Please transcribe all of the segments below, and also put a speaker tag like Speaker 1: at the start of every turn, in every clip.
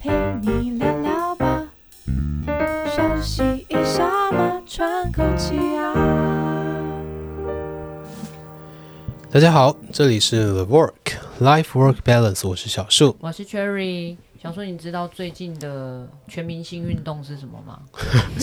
Speaker 1: 陪你聊聊吧，休息一下嘛，喘口气啊。
Speaker 2: 大家好，这里是 The Work Life Work Balance，我是小 树。
Speaker 3: 我是 Cherry，想说你知道最近的全明星运动是什么吗？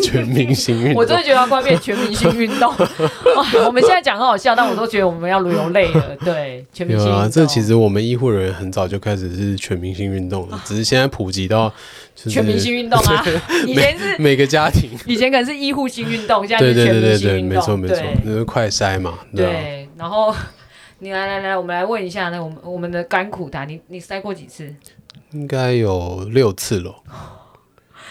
Speaker 2: 全明星运动，
Speaker 3: 我真的觉得它快变全明星运 动。哇，我们现在讲很好笑，但我都觉得我们要流泪了。对，全明
Speaker 2: 有
Speaker 3: 星运动。
Speaker 2: 啊，这其实我们医护人员很早就开始是全明星运动了，只是现在普及到就是
Speaker 3: 啊全明星运动 啊，以前是
Speaker 2: 每个家庭。
Speaker 3: 以前可能是医护星运动，现在
Speaker 2: 对
Speaker 3: 是
Speaker 2: 对
Speaker 3: 全
Speaker 2: 对
Speaker 3: 明
Speaker 2: 对
Speaker 3: 星
Speaker 2: 对，
Speaker 3: 运动。
Speaker 2: 没错没错
Speaker 3: 对，
Speaker 2: 就是快筛嘛，对啊，
Speaker 3: 对，然后 你来来来，我们来问一下那我们我们的甘苦达，你你塞过几次？
Speaker 2: 应该有六次 咯。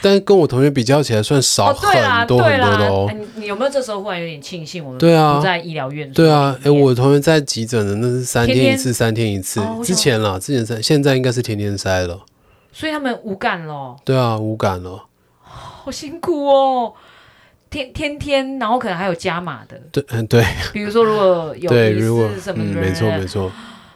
Speaker 2: 但跟我同学比较起来，算少
Speaker 3: 哦，对啦
Speaker 2: 很多
Speaker 3: 对
Speaker 2: 很
Speaker 3: 啦
Speaker 2: 多的，哦
Speaker 3: 哎。你你有没有这时候忽然有点庆幸我们
Speaker 2: 对啊
Speaker 3: 不在医疗院所？
Speaker 2: 对啊，哎，我同学在急诊的那是三
Speaker 3: 天
Speaker 2: 天一
Speaker 3: 天
Speaker 2: 次，三天一次
Speaker 3: 哦，我
Speaker 2: 之
Speaker 3: 想
Speaker 2: 前啦，之前三，现在应该是天天筛了。
Speaker 3: 所以他们无感哦咯。
Speaker 2: 对啊，无感了。
Speaker 3: 好辛苦哦，天天天，然后可能还有加码的，
Speaker 2: 对，嗯，对，
Speaker 3: 比如说如果有
Speaker 2: 对，
Speaker 3: 疑似
Speaker 2: 如果
Speaker 3: 什么
Speaker 2: 嗯，
Speaker 3: 的，
Speaker 2: 没错，没错，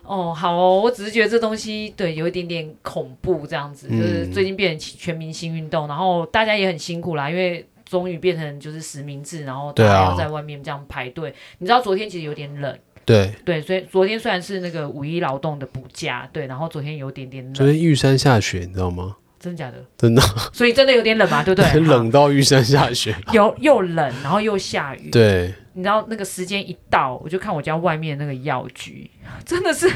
Speaker 3: 哦，好哦，我只是觉得这东西对有一点点恐怖，这样子，就是
Speaker 2: 嗯
Speaker 3: 最近变成全明星运动，然后大家也很辛苦啦，因为。终于变成就是实名制，然后大
Speaker 2: 对
Speaker 3: 家
Speaker 2: 啊
Speaker 3: 要在外面这样排队。你知道昨天其实有点冷，
Speaker 2: 对，
Speaker 3: 对，所以昨天虽然是那个五一劳动的补假，对，然后昨天有点点
Speaker 2: 昨
Speaker 3: 冷，
Speaker 2: 天玉山下雪，你知道吗？
Speaker 3: 真的假的？
Speaker 2: 真的，
Speaker 3: 所以真的有点冷嘛，对嗯不对？
Speaker 2: 冷到玉山下雪。
Speaker 3: 好，又又冷，然后又下雨，
Speaker 2: 对，
Speaker 3: 你知道那个时间一到，我就看我家外面那个药局， 真的是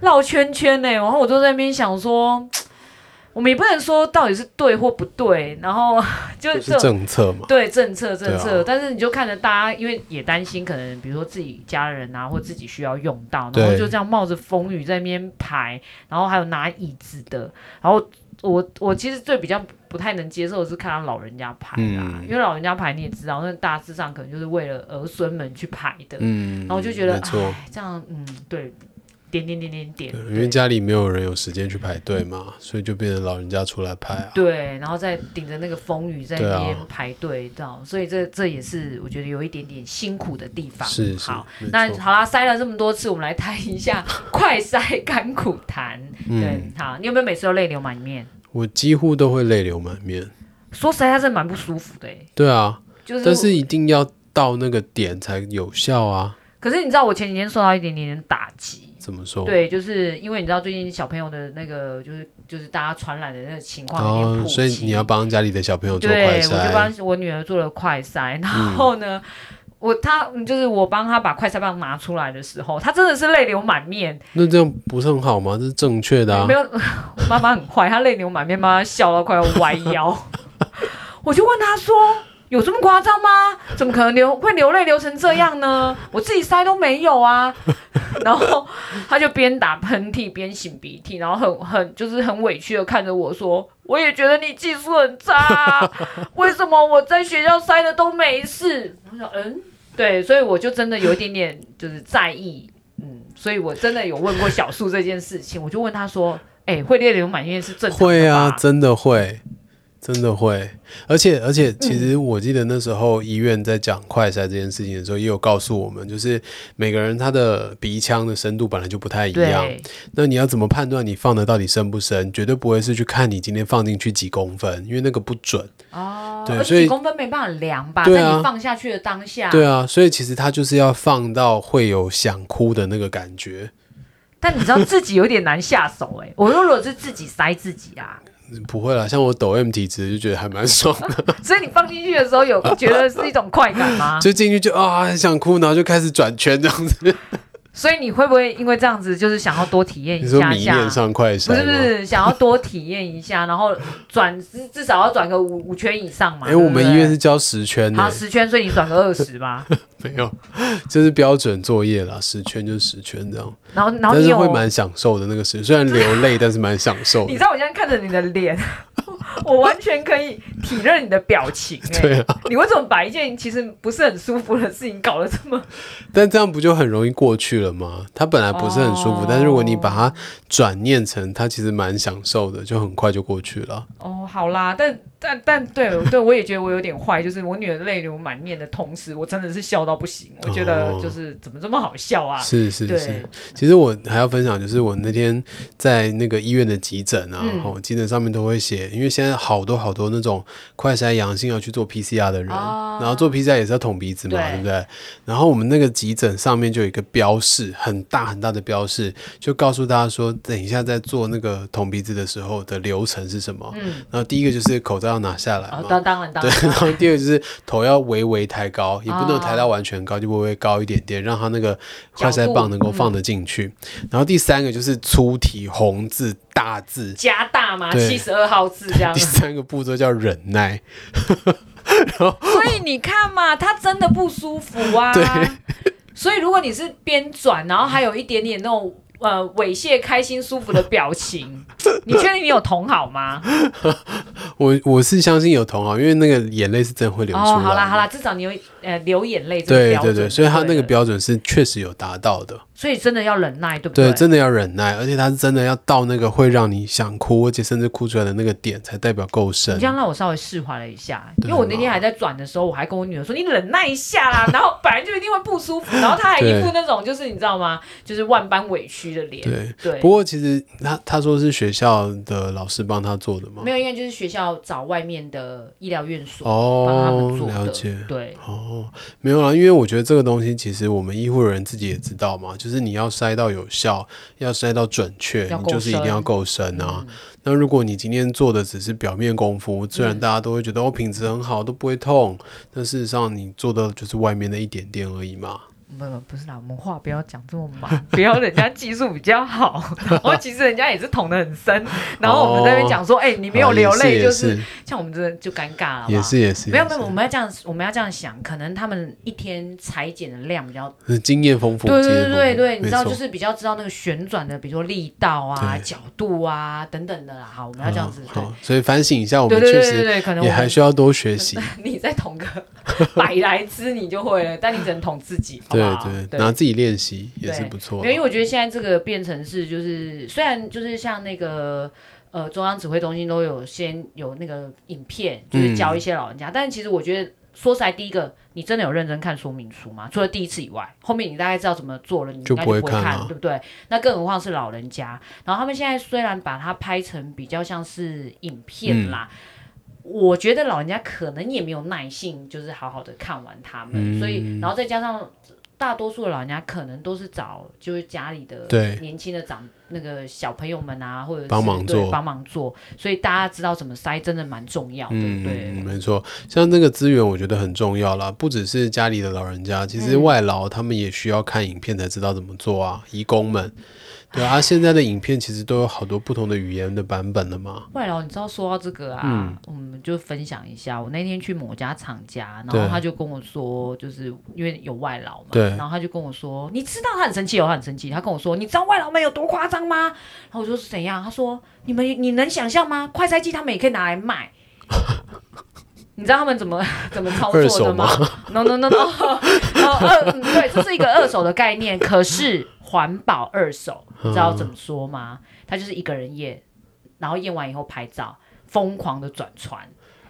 Speaker 3: 绕圈圈呢、然后我就在那边想说，我们也不能说到底是对或不对，然后 就
Speaker 2: 就是
Speaker 3: 这种
Speaker 2: 政策嘛。
Speaker 3: 对政策政
Speaker 2: 对
Speaker 3: 策，
Speaker 2: 啊
Speaker 3: 但是你就看着大家，因为也担心可能比如说自己家人啊，或自己需要用到，
Speaker 2: 对
Speaker 3: 然后就这样冒着风雨在那边排，然后还有拿椅子的，然后我我其实最比较不太能接受的是看到老人家排啦，
Speaker 2: 嗯
Speaker 3: 因为老人家排你也知道，那大致上可能就是为了儿孙们去排的，
Speaker 2: 嗯，
Speaker 3: 然后我就觉得
Speaker 2: 没错，
Speaker 3: 哎这样嗯对，点点点点点，
Speaker 2: 对因为家里没有人有时间去排队嘛，所以就变成老人家出来排啊。
Speaker 3: 嗯对，然后再顶着那个风雨在
Speaker 2: 对
Speaker 3: 那
Speaker 2: 啊
Speaker 3: 边排队，这样，所以这这也是我觉得有一点点辛苦的地方。
Speaker 2: 是是
Speaker 3: 好，，
Speaker 2: 没
Speaker 3: 那
Speaker 2: 错
Speaker 3: 好啦，塞了这么多次，我们来谈 一下快塞甘苦谈。对
Speaker 2: 嗯，，
Speaker 3: 好，你有没有每次都泪流满面？
Speaker 2: 我几乎都会泪流满面。
Speaker 3: 说实在，它真的蛮不舒服的欸、
Speaker 2: 对啊，
Speaker 3: 就是，
Speaker 2: 但是一定要到那个点才有效啊。
Speaker 3: 可是你知道，我前几天受到一点点打击。
Speaker 2: 怎么说？
Speaker 3: 对，就是因为你知道最近小朋友的那个，就是就是大家传染的那个情况有点
Speaker 2: 哦，
Speaker 3: 普及，
Speaker 2: 所以你要帮家里的小朋友做
Speaker 3: 对
Speaker 2: 快，
Speaker 3: 我就
Speaker 2: 筛。嗯
Speaker 3: 帮我女儿做了快筛，然后呢，我她就是我帮她把快筛棒拿出来的时候，她真的是泪流满面，
Speaker 2: 那这样不是很好吗？这是正确的啊
Speaker 3: 没。有，我妈妈很坏，她泪流满面，妈妈笑到快要歪腰。 我就问她说：“有这么夸张吗？怎么可能流会流泪流成这样呢？我自己塞都没有啊。” 然后她就边打喷嚏边擤鼻涕，然后很很就是很委屈的看着我说：“我也觉得你技术很差啊，为什么我在学校塞的都没事？”我想，嗯，对，所以我就真的有一点点就是在意。嗯，所以我真的有问过小树这件事情，我就问他说：“哎、会泪流满面是正常的吧
Speaker 2: 会啊，真的会，真的会。而且而且，其实我记得那时候医院在讲快筛这件事情的时候，也有告诉我们，就是每个人他的鼻腔的深度本来就不太一样。
Speaker 3: 对，
Speaker 2: 那你要怎么判断你放的到底深不深？绝对不会是去看你今天放进去几公分，因为那个不准。
Speaker 3: 哦，
Speaker 2: 对
Speaker 3: 而
Speaker 2: 所以
Speaker 3: 且几公分没办法量吧？
Speaker 2: 对啊
Speaker 3: 在你放下去的当下，
Speaker 2: 对啊，所以其实他就是要放到会有想哭的那个感觉，
Speaker 3: 但你知道自己有点难下手哎、我说如果是自己塞自己啊，
Speaker 2: 不会啦。像我抖 M 体质就觉得还蛮爽 的，
Speaker 3: 所以你放进去的时候有觉得是一种快感吗？
Speaker 2: 就进去就啊很想哭，然后就开始转圈这样子。
Speaker 3: 所以你会不会因为这样子就是想要多体验
Speaker 2: 你
Speaker 3: 一
Speaker 2: 说
Speaker 3: 下
Speaker 2: 迷恋
Speaker 3: 下？
Speaker 2: 上快筛
Speaker 3: 不
Speaker 2: 吗？
Speaker 3: 是不是，想要多体验一下，然后转至至少要转个五五圈以上嘛。
Speaker 2: 哎、我们
Speaker 3: 对不
Speaker 2: 医
Speaker 3: 对
Speaker 2: 院是教十圈的、
Speaker 3: 好十圈，所以你转个二十吧。
Speaker 2: 没有，这是标准作业啦，十圈就是十圈这样。
Speaker 3: 然后然后
Speaker 2: 但
Speaker 3: 你
Speaker 2: 是
Speaker 3: 有
Speaker 2: 会蛮享受的那个 时，虽然流泪，但是蛮享受
Speaker 3: 你
Speaker 2: 的
Speaker 3: 知。道我现在看着你的脸，我完全可以体认你的表情、欸。
Speaker 2: 对啊，
Speaker 3: 你为什么把一件其实不是很舒服的事情搞得这么……
Speaker 2: 但这样不就很容易过去了吗？他本来不是很舒服，
Speaker 3: 哦
Speaker 2: 但是如果你把它转念成他其实蛮享受的，就很快就过去了。
Speaker 3: 哦，好啦，但但但对对，我也觉得我有点坏，就是我女儿泪流满面的同时，我真的是笑到不行，我觉得
Speaker 2: 哦
Speaker 3: 就是怎么这么好笑啊？
Speaker 2: 是是
Speaker 3: 对
Speaker 2: 是，其实我还要分享，就是我那天在那个医院的急诊啊，
Speaker 3: 嗯
Speaker 2: 然后急诊上面都会写，因为现在好多好多那种快筛阳性要去做 PCR 的人，
Speaker 3: 啊
Speaker 2: 然后做 PCR 也是要捅鼻子嘛，
Speaker 3: 对
Speaker 2: 对不对？然后我们那个急诊上面就有一个标示，很大很大的标示，就告诉大家说，等一下在做那个捅鼻子的时候的流程是什么。
Speaker 3: 嗯，
Speaker 2: 然后第一个就是口罩要拿下来嘛
Speaker 3: 哦，，当当然当
Speaker 2: 对
Speaker 3: 然，，
Speaker 2: 然后第二个就是头要微微抬高，也不能
Speaker 3: 哦
Speaker 2: 抬到完全高，就微微高一点点，让它那个快
Speaker 3: 角
Speaker 2: 塞
Speaker 3: 度
Speaker 2: 棒能够
Speaker 3: 嗯
Speaker 2: 放得进去。然后第三个就是粗体红字大字，
Speaker 3: 加大嘛，
Speaker 2: 对
Speaker 3: 七十二号字这样
Speaker 2: 第。三个步骤叫忍耐。
Speaker 3: 所以你看嘛，她真的不舒服啊。
Speaker 2: 对
Speaker 3: 所以如果你是边转，然后还有一点点那种呃猥亵、开心、舒服的表 情，你确定你有同好吗？
Speaker 2: 我我是相信有同行，因为那个眼泪是真的会流出来。
Speaker 3: 哦，好啦好啦，，至少你有呃流眼泪这个
Speaker 2: 对
Speaker 3: 标
Speaker 2: 对
Speaker 3: 准
Speaker 2: 对，所以他那个
Speaker 3: 对了，
Speaker 2: 标准是确实有达到的。
Speaker 3: 所以真的要忍耐，对不
Speaker 2: 对，
Speaker 3: 对，
Speaker 2: 真的要忍耐，而且他是真的要到那个会让你想哭，而且甚至哭出来的那个点，才代表够深
Speaker 3: 你这。样让我稍微释怀了一下，
Speaker 2: 对
Speaker 3: 因为我那天还在转的时候，我还跟我女儿说：“你忍耐一 下啦。”然后本来就一定会不舒服，然后她还一副那种就是你知道吗？就是万般委屈的脸。
Speaker 2: 对，
Speaker 3: 对
Speaker 2: 不，过其实他他说是学校的老师帮他做的吗
Speaker 3: 没？有，因为就是学校找外面的医疗院所帮他
Speaker 2: 哦
Speaker 3: 们，做
Speaker 2: 了
Speaker 3: 的
Speaker 2: 解。。
Speaker 3: 对，
Speaker 2: 哦，没有啦，因为我觉得这个东西其实我们医护人员自己也知道嘛，就是你要筛到有效，要筛到准确，
Speaker 3: 要
Speaker 2: 你
Speaker 3: 够
Speaker 2: 就是一定
Speaker 3: 深
Speaker 2: 要够深啊。
Speaker 3: 嗯
Speaker 2: 那如果你今天做的只是表面功夫，虽然
Speaker 3: 嗯
Speaker 2: 大家都会觉得、哦品质很好，都不会痛，但事实上你做的就是外面的一点点而已嘛。
Speaker 3: 没有，不是啦，我们话不要讲这么满， 不要人家技术比较好， 然后其实人家也是捅得很深，然后我们在那边讲说，哎、你没有
Speaker 2: 啊
Speaker 3: 流泪，
Speaker 2: 也
Speaker 3: 就是
Speaker 2: 是
Speaker 3: 像我们真的就尴尬了吧，
Speaker 2: 也是也是，
Speaker 3: 没有
Speaker 2: 也
Speaker 3: 没
Speaker 2: 是
Speaker 3: 有，我们要这样，我们要这样想，可能他们一天裁剪的量比较，
Speaker 2: 是经验丰富，
Speaker 3: 对
Speaker 2: 经
Speaker 3: 对
Speaker 2: 验
Speaker 3: 对
Speaker 2: 丰富
Speaker 3: 对对，你
Speaker 2: 没
Speaker 3: 知道
Speaker 2: 错
Speaker 3: 就是比较知道那个旋转的，比如说力道啊、
Speaker 2: 对
Speaker 3: 角度啊等等的啦。好，我们要这样子
Speaker 2: 嗯，
Speaker 3: 对
Speaker 2: 好，所以反省一下，我
Speaker 3: 对
Speaker 2: 们
Speaker 3: 对
Speaker 2: 确
Speaker 3: 对对
Speaker 2: 实
Speaker 3: 对，可能我
Speaker 2: 也
Speaker 3: 们
Speaker 2: 还需要多学习。
Speaker 3: 你再捅个 百来只你就会了，但你只能捅自己，好不
Speaker 2: 对
Speaker 3: 好？
Speaker 2: 对，拿自己练习也是
Speaker 3: 对
Speaker 2: 不错
Speaker 3: 没有，。因为我觉得现在这个变成是，就是虽然就是像那个呃中央指挥中心都有先有那个影片，就是教一些老人家，但是其实我觉得说实在，第一个你真的有认真看说明书吗？除了第一次以外，后面你大概知道怎么做了，你应
Speaker 2: 就
Speaker 3: 该就
Speaker 2: 不
Speaker 3: 不
Speaker 2: 会
Speaker 3: 会
Speaker 2: 看
Speaker 3: 看，
Speaker 2: 了
Speaker 3: 对不对？那更何况是老人家。然后他们现在虽然把它拍成比较像是影片啦。我觉得老人家可能也没有耐性，就是好好的看完他们，
Speaker 2: 嗯
Speaker 3: 所以然后再加上大多数的老人家可能都是找就是家里的
Speaker 2: 对
Speaker 3: 年轻的长那个小朋友们啊，或者是
Speaker 2: 帮忙
Speaker 3: 对
Speaker 2: 做
Speaker 3: 帮忙做，所以大家知道怎么塞真的蛮重要，对不对？
Speaker 2: 嗯没错，像这个资源我觉得很重要啦，不只是家里的老人
Speaker 3: 嗯
Speaker 2: 家，其实外劳他们也需要看影片才知道怎么做啊，移工们。对啊，现在的影片其实都有好多不同的语言的版本了嘛。
Speaker 3: 外劳，你知道说到这个啊，
Speaker 2: 嗯
Speaker 3: 我们就分享一下。我那天去某家厂家，然
Speaker 2: 对
Speaker 3: 后他就跟我说，就是因为有外劳嘛，
Speaker 2: 对
Speaker 3: 然后他就跟我说，你知道他很生气哦，他很生气。他跟我说，你知道外劳们有多夸张吗？然后我说是怎样？他说，你们你能想象吗？快筛机他们也可以拿来 卖。你知道他们怎么 怎么操
Speaker 2: 二
Speaker 3: 作
Speaker 2: 手
Speaker 3: 的
Speaker 2: 吗
Speaker 3: 吗？No No No No，然后二嗯对，这是一个二手的概念，可是环保二手，
Speaker 2: 嗯
Speaker 3: 你知道怎么说吗？它就是一个人验，然后验完以后拍照，疯狂的转传，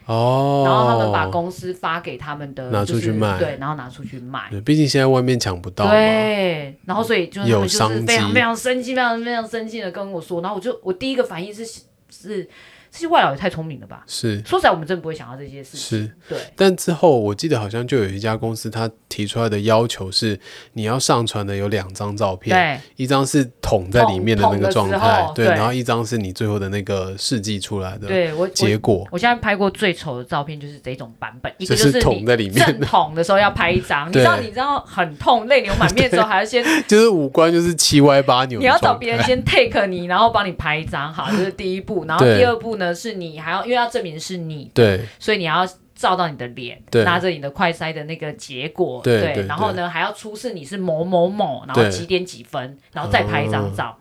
Speaker 2: 哦，
Speaker 3: 然后他们把公司发给他们的、
Speaker 2: 拿
Speaker 3: 就是
Speaker 2: 出去卖
Speaker 3: 对，然后拿出去卖。
Speaker 2: 对，毕竟现在外面抢不到嘛。
Speaker 3: 对，然后所以就是他
Speaker 2: 有
Speaker 3: 们就是
Speaker 2: 商
Speaker 3: 非
Speaker 2: 机
Speaker 3: 常非常生气，非常非常生气的跟我说，然后我就我第一个反应是是这些外老也太聪明了吧？
Speaker 2: 是
Speaker 3: 说实在，我们真的不会想到这些事情。
Speaker 2: 是，
Speaker 3: 对，
Speaker 2: 但之后我记得好像就有一家公司，他提出来的要求是，你要上传的有两张照片，
Speaker 3: 对，
Speaker 2: 一张是捅在里面的那个状
Speaker 3: 捅的
Speaker 2: 态
Speaker 3: 时，候
Speaker 2: 对，
Speaker 3: 对
Speaker 2: 然后一张是你最后的那个试剂出来的
Speaker 3: 对我我
Speaker 2: 结果，
Speaker 3: 我现在拍过最丑的照片就是这种版本，一个
Speaker 2: 就是
Speaker 3: 是
Speaker 2: 捅在里面
Speaker 3: 正捅的时候要拍一张，你知道
Speaker 2: 对
Speaker 3: 你知道很痛，泪流满面 的时候还要先
Speaker 2: 就是五官就是七歪八扭的状态。
Speaker 3: 你要找别人先 take 你，然后帮你拍一张，好，这是第一步。然后
Speaker 2: 对
Speaker 3: 第二步呢是你还要因为要证明是你，
Speaker 2: 对
Speaker 3: 所以你要照到你的脸
Speaker 2: 对，
Speaker 3: 拿着你的快筛的那个结果，
Speaker 2: 对对
Speaker 3: 然后呢还要出示你是某某某，然后
Speaker 2: 对哦
Speaker 3: 几点几分，然后再拍一张照。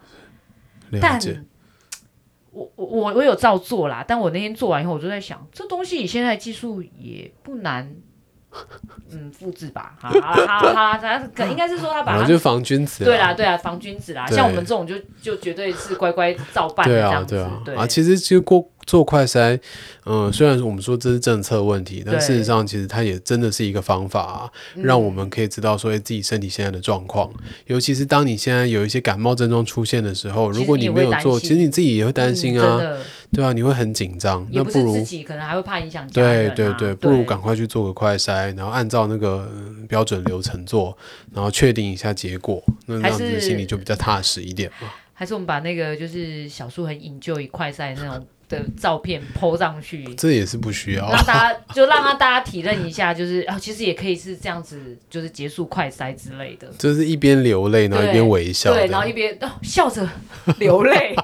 Speaker 2: 了
Speaker 3: 但
Speaker 2: 解，
Speaker 3: 我我我我有照做啦，但我那天做完以后，我就在想，这东西以现在技术也不难， 嗯，复制吧，好啦好啦好啦，咱可应该是说他把
Speaker 2: 然后
Speaker 3: 它
Speaker 2: 就防君子
Speaker 3: 对
Speaker 2: 啦
Speaker 3: 啦，对啦，防君子啦，
Speaker 2: 对
Speaker 3: 像我们这种就就绝对是乖乖照办的
Speaker 2: 对
Speaker 3: 这
Speaker 2: 啊
Speaker 3: 样，子
Speaker 2: 对啊，，
Speaker 3: 对
Speaker 2: 啊，其实其实过做快筛，嗯、虽然我们说这是政策问题，但
Speaker 3: 对嗯
Speaker 2: 事实上其实它也真的是一个方法、啊，让我们可以知道说、诶自己身体现在的状况。尤其是当你现在有一些感冒症状出现的时候，
Speaker 3: 其实
Speaker 2: 如果你没有做，
Speaker 3: 你也会担心
Speaker 2: 其实你自己也会担心
Speaker 3: 嗯真
Speaker 2: 啊，
Speaker 3: 的
Speaker 2: 对啊，你会很紧张。
Speaker 3: 也
Speaker 2: 那
Speaker 3: 不是自
Speaker 2: 如
Speaker 3: 己，可能还会怕影响家人
Speaker 2: 对
Speaker 3: 啊，
Speaker 2: 对对，不如赶快去做个快筛，然后按照那个嗯标准流程做，然后确定一下结果，那这
Speaker 3: 还
Speaker 2: 样子
Speaker 3: 是
Speaker 2: 心里就比较踏实一点嘛。
Speaker 3: 还是我们把那个就是小树很引咎一快赛那种的照片 PO 上去，
Speaker 2: 这也是不需要。啊
Speaker 3: 让大家就让他大家体认一下，就是啊，其实也可以是这样子，就是结束快塞之类的。
Speaker 2: 就是一边流泪，然后一边微笑这
Speaker 3: 对，
Speaker 2: 样，
Speaker 3: 然后一边、哦、笑着 流泪，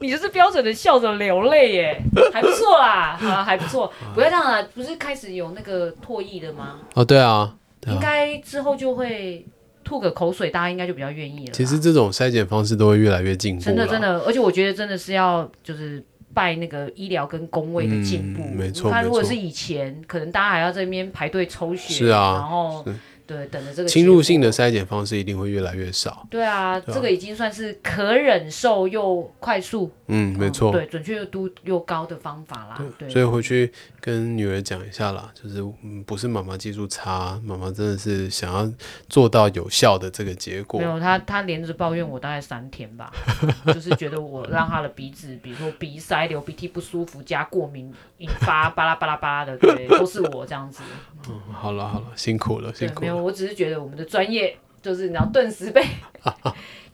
Speaker 3: 你就是标准的笑着流泪耶，还不错啦，啊还不 错，不要这样啊，不是开始有那个唾液的吗？
Speaker 2: 哦，对啊，对
Speaker 3: 应
Speaker 2: 啊。
Speaker 3: 该之后就会吐个口水，大家应该就比较愿意了啦。
Speaker 2: 其实这种筛检方式都会越来越进步啦，
Speaker 3: 啊真的真的，而且我觉得真的是要就是拜那个医疗跟工位的进步。
Speaker 2: 嗯没错
Speaker 3: 你看，
Speaker 2: 没
Speaker 3: 如果
Speaker 2: 错
Speaker 3: 是以前，可能大家还要这边排队抽血，
Speaker 2: 是啊
Speaker 3: 然后
Speaker 2: 是
Speaker 3: 对等着这个
Speaker 2: 侵入性的
Speaker 3: 结果。
Speaker 2: 筛检方式一定会越来越少。
Speaker 3: 对啊，
Speaker 2: 对啊
Speaker 3: 这个已经算是可忍受又快速，
Speaker 2: 嗯，没
Speaker 3: 嗯
Speaker 2: 错。
Speaker 3: 对，准确度又高的方法啦。对，
Speaker 2: 所以回去跟女儿讲一下啦，就是、嗯、不是妈妈技术差，妈妈真的是想要做到有效的这个结果
Speaker 3: 没。有他，他连着抱怨我大概三天 吧，就是觉得我让他的鼻子，比如说鼻塞、流鼻涕不舒服加过敏引发巴拉巴拉巴拉的，对，都是我这样子。
Speaker 2: 嗯好了好了，辛苦了辛
Speaker 3: 对，
Speaker 2: 苦
Speaker 3: 没有，
Speaker 2: 了。
Speaker 3: 我只是觉得我们的专业就是你要顿时 被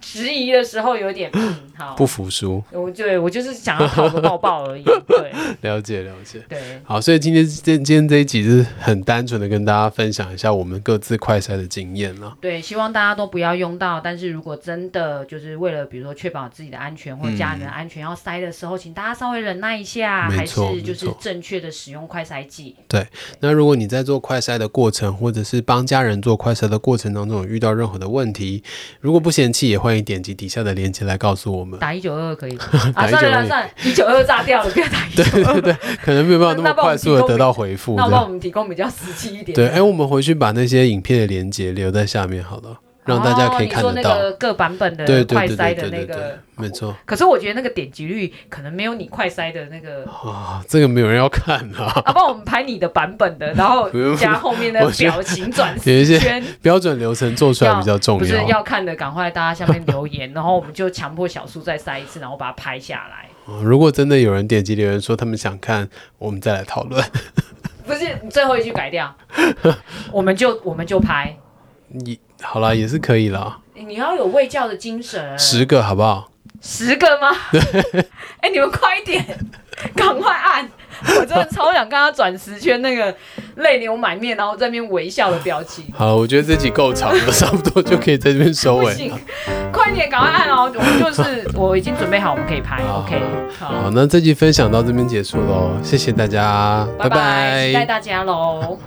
Speaker 3: 质疑的时候有点嗯好，
Speaker 2: 不服输，
Speaker 3: 我对我就是想要讨个抱 抱而已，对
Speaker 2: 了解了解。
Speaker 3: 对，
Speaker 2: 好，所以今天这今天这一集是很单纯的跟大家分享一下我们各自快筛的经验啦。
Speaker 3: 对，希望大家都不要用到。但是如果真的就是为了，比如说确保自己的安全或家人的安全，要塞的时候，请大家稍微忍耐一下，
Speaker 2: 嗯没
Speaker 3: 还
Speaker 2: 错
Speaker 3: 是就
Speaker 2: 没
Speaker 3: 是
Speaker 2: 错
Speaker 3: 正确的使用快塞 剂。
Speaker 2: 那如果你在做快筛的过程，或者是帮家人做快筛的过程当中有遇到任何的问题，如果不嫌弃，也欢迎点击底下的链接来告诉我们。
Speaker 3: 打一九二二可以吗
Speaker 2: 打
Speaker 3: 啊，算了
Speaker 2: 192
Speaker 3: 啦算了，一九二炸掉了，不要打一九二。
Speaker 2: 可能没有办法那么快速的得到回复。
Speaker 3: 那我
Speaker 2: 这
Speaker 3: 帮
Speaker 2: 样
Speaker 3: 我们提供比较实际一点。
Speaker 2: 对，哎、我们回去把那些影片的链接留在下面好了，让大家可以看
Speaker 3: 哦、
Speaker 2: 得
Speaker 3: 你说
Speaker 2: 到。
Speaker 3: 那个各版本的
Speaker 2: 对对
Speaker 3: 快
Speaker 2: 对
Speaker 3: 塞
Speaker 2: 对
Speaker 3: 的
Speaker 2: 对
Speaker 3: 那
Speaker 2: 对对
Speaker 3: 个，，
Speaker 2: 没错。
Speaker 3: 可是我觉得那个点击率可能没有你快塞的那个
Speaker 2: 啊，这个没有人要看啊，
Speaker 3: 啊，帮我们拍你的版本的，然后
Speaker 2: 不用
Speaker 3: 加后面的
Speaker 2: 我觉得
Speaker 3: 表情转
Speaker 2: 有一些
Speaker 3: 圈，
Speaker 2: 标准流程做出来比较重
Speaker 3: 不是
Speaker 2: 要。
Speaker 3: 要看的，赶快大家下面留 言，然后我们就强迫小树再塞一次，然后把它拍下来。
Speaker 2: 啊如果真的有人点击留言说他们想看，我们再来讨论，
Speaker 3: 不是你最后一句改掉， 我们就我们就拍。
Speaker 2: 也好啦，也是可以啦，
Speaker 3: 你要有卫教的精神，
Speaker 2: 十个好不好？
Speaker 3: 十个吗？ 哎、你们快一点， 赶快按！我真的超想看他转十圈那个泪流满面，然后在那边微笑的表情。
Speaker 2: 好了，我觉得这集够长了， 差不多就可以在这边收
Speaker 3: 不
Speaker 2: 尾
Speaker 3: 行
Speaker 2: 了。，
Speaker 3: 快一点，赶快按哦！我们就是我已经准备好，我们可以拍。
Speaker 2: 好
Speaker 3: OK，好
Speaker 2: 好，，那这集分享到这边结束喽，谢谢大家，
Speaker 3: 拜
Speaker 2: 拜
Speaker 3: 拜，期待大家喽。